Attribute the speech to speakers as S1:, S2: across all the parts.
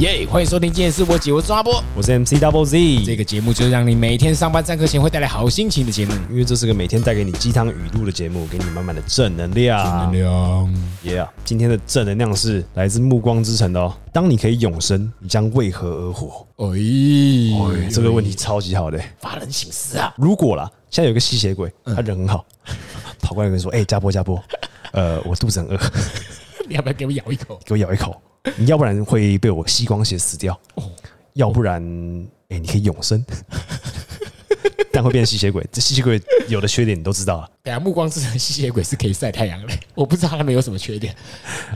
S1: 耶欢迎收听今天是我姐我是抓波。
S2: 我是 MC Double Z，
S1: 这个节目就是让你每天上班上课前会带来好心情的节目。
S2: 因为这是个每天带给你鸡汤语录的节目，给你满满的正能量。
S1: 能量，
S2: Yeah，今天的正能量是来自《暮光之城》的哦。当你可以永生，你将为何而活？
S1: 哎，
S2: 这个问题超级好的、
S1: 发人省思啊！
S2: 如果啦，现在有一个吸血鬼，他人很好，跑过来跟你说：“哎、加波加波， 呃，我肚子很饿，
S1: 你要不要给我咬一口？
S2: 给我咬一口，你要不然会被我吸光血死掉，要不然，哎、你可以永生。” 但会变吸血鬼，这吸血鬼有的缺点你都知道啊了
S1: 等下目光之城吸血鬼是可以晒太阳的，我不知道他们有什么缺点。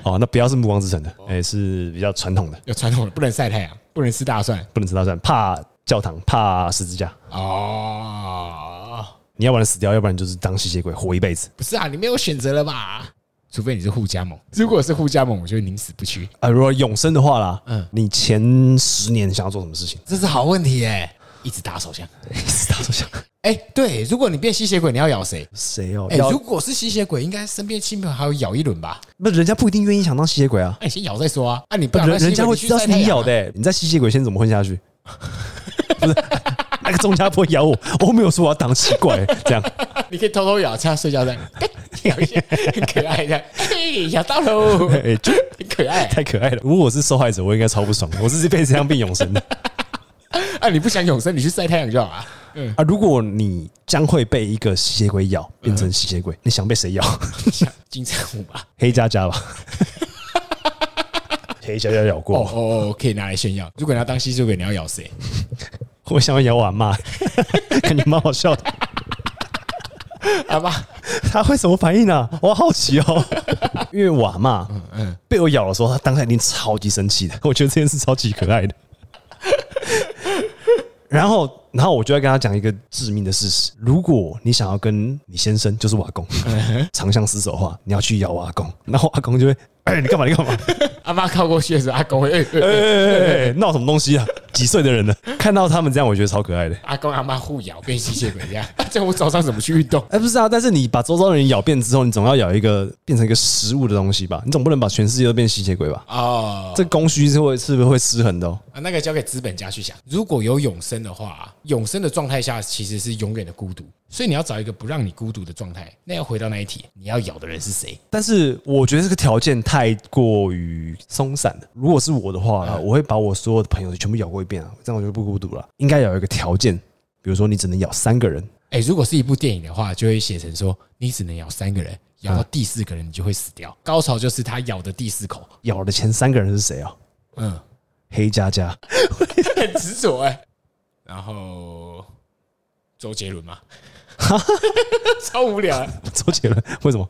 S2: 哦。那不要是暮光之城的，哎、是比较传统的，
S1: 有传统的不能晒太阳，不能吃大蒜
S2: 不能吃大蒜，怕教堂，怕十字架。
S1: 哦。
S2: 你要不然死掉，要不然就是当吸血鬼活一辈子。
S1: 不是啊，你没有选择了吧？除非你是互加盟，如果是互加盟，我就宁死不屈。
S2: 啊，如果永生的话啦，嗯，你前十年想要做什么事情？
S1: 这是好问题哎、 一直打手枪。
S2: 打手枪？
S1: 哎、对，如果你变吸血鬼，你要咬谁？
S2: 谁哦？
S1: 哎、
S2: 要
S1: 如果是吸血鬼，应该身边亲朋好友咬一轮吧？
S2: 不，人家不一定愿意想当吸血鬼啊。
S1: 哎、先咬再说啊！啊，你不咬
S2: 人
S1: 那吸血啊
S2: 人
S1: 鬼
S2: 家会知道是你咬的、，欸，你在吸血鬼先怎么混下去？不是， 那个钟家坡咬我，我没有说我要当，奇怪、这样
S1: 去晒太阳啊你可以偷偷咬，趁他睡觉 在咬一下，很可爱啊 的，嘿咬到喽，
S2: 哎、就
S1: 很可爱。
S2: 太可爱了。如果我是受害者，我应该超不爽，我是被这样变永生的
S1: 啊，你不想永生，你去晒太阳就好啊。嗯，
S2: 啊。如果你将会被一个吸血鬼咬，变成吸血鬼，你想被谁咬？
S1: 像金城武吧？
S2: 黑加加吧， 黑加加咬过
S1: 哦哦，哦，可以拿来炫耀。如果你要当吸血鬼，你要咬谁？
S2: 我想要咬我阿妈， 感觉蛮好笑的。
S1: 阿妈，
S2: 他会什么反应呢、啊？我好奇哦， 因为我阿妈
S1: 嗯
S2: 被我咬的时候，她当下一定超级生气的。 我觉得这件事超级可爱的。 然后，然后我就要跟他讲一个致命的事实：如果你想要跟你先生，就是我阿公，
S1: 嗯
S2: 长相厮守的话，你要去咬我阿公，然后我阿公就会，哎、你干嘛？你干嘛？
S1: 阿妈靠过去的时候，阿公会，哎 哎
S2: 哎
S1: 哎
S2: 哎哎哎闹什么东西啊？几岁的人了？看到他们这样，我觉得超可爱的。
S1: 阿公阿妈互咬变吸血鬼这样， 这样我早上怎么去运动？
S2: 哎，不是啊，但是你把周遭的人咬遍之后，你总要咬一个变成一个食物的东西吧？你总不能把全世界都变吸血鬼吧？
S1: 哦，
S2: 这供需是会是不是会失衡的、哦？
S1: 啊，那个交给资本家去想。如果有永生的话，永生的状态下其实是永远的孤独，所以你要找一个不让你孤独的状态。那要回到那一题，你要咬的人是谁？
S2: 但是我觉得这个条件太过于松散了。如果是我的话啦，
S1: 嗯
S2: 我会把我所有的朋友全部咬过一遍啊，这样我就不孤独了。应该有一个条件，比如说你只能咬三个人，
S1: 哎、如果是一部电影的话，就会写成说你只能咬三个人，咬到第四个人你就会死掉。高潮就是他咬的第四口，
S2: 咬的前三个人是谁啊？
S1: 嗯，
S2: 黑加加，
S1: 很执着哎。然后周杰伦 嘛，超无聊、啊。
S2: 周杰伦，为什么？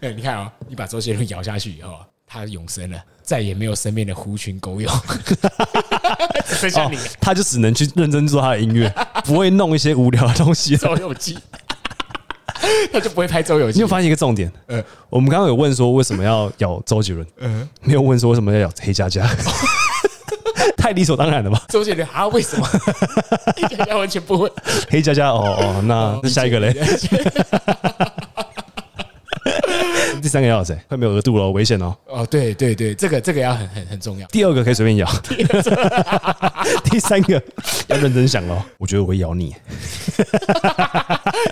S1: 哎、你看啊、你把周杰伦咬下去以后啊，他永生了，再也没有身边的狐群狗友，只剩下
S2: 哦
S1: 你、，
S2: 他就只能去认真做他的音乐， 不会弄一些无聊的 东西。
S1: 周游记，他就不会拍周游
S2: 你
S1: 记
S2: 有。发现一个重点？
S1: 嗯
S2: 我们刚刚有问说为什么要咬周杰伦，
S1: 嗯，
S2: 没有问说为什么要咬黑 加加，太理所当然了吧？
S1: 周杰伦啊，为什么？ 大家完全不会。
S2: 黑加加，哦 哦，那那下一个嘞？ 第三个要咬谁？快没有额度了，危险哦！
S1: 哦，对对对，这个这个要很很很重要。
S2: 第二个可以随便 咬，第三个要认真想哦。我觉得我会咬你，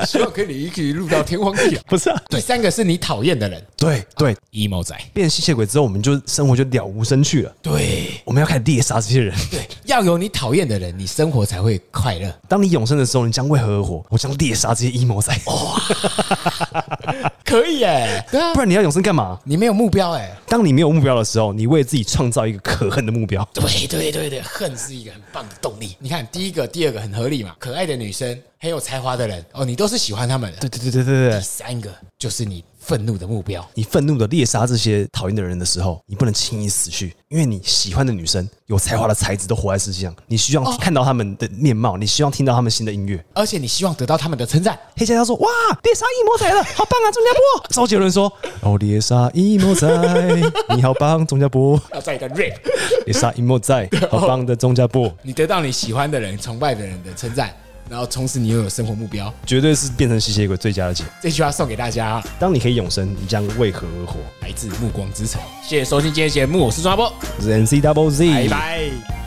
S1: 希望跟你一起录到天荒地老。
S2: 不是、啊？
S1: 第三个是你讨厌的人
S2: 对对，
S1: ，emo 仔。
S2: 变吸血鬼之后，我们就生活就了无生趣了。
S1: 对
S2: 我们要开始猎杀这些 人。
S1: 对，要有你讨厌的人，你生活才会快乐。
S2: 当你永生的时候，你将为何而活？我将猎杀这些阴谋 仔。哦
S1: 可以哎，对啊
S2: 不，然你要永生干嘛？
S1: 你没有目标哎。
S2: 当你没有目标的时候，你为自己创造一个可恨的目标。
S1: 对对对对，恨是一个很棒的动力。你看，第一个、第二个很合理嘛，可爱的女生，很有才华的人，哦，你都是喜欢他们的。
S2: 对对对对对对
S1: 第，三个就是你愤怒的目标，
S2: 你愤怒的猎杀这些讨厌的人的时候，你不能轻易死去，因为你喜欢的女生、有才华的才子都活在世界上，你希望看到他们的面貌，你希望听到他们新的音乐。
S1: 而且你希望得到他们的称赞。
S2: 黑加加说：“哇，猎杀一魔仔了，好棒啊，钟家波！”周杰伦说：“哦，猎杀一魔 仔，你好棒，钟家波！
S1: 要再一个 rap，
S2: 猎杀一魔仔，好棒的钟家波！”
S1: 你得到你喜欢的人、崇拜的人的称赞，然后从此你拥有生活目标。
S2: 绝对是变成吸血鬼最佳的解。
S1: 这句话送给大家，啊
S2: 当你可以永生，你将为何而活？
S1: 来自《暮光之城》。谢谢收听今天的节目，我是庄阿波，
S2: 我是 N C Double Z，
S1: 拜拜。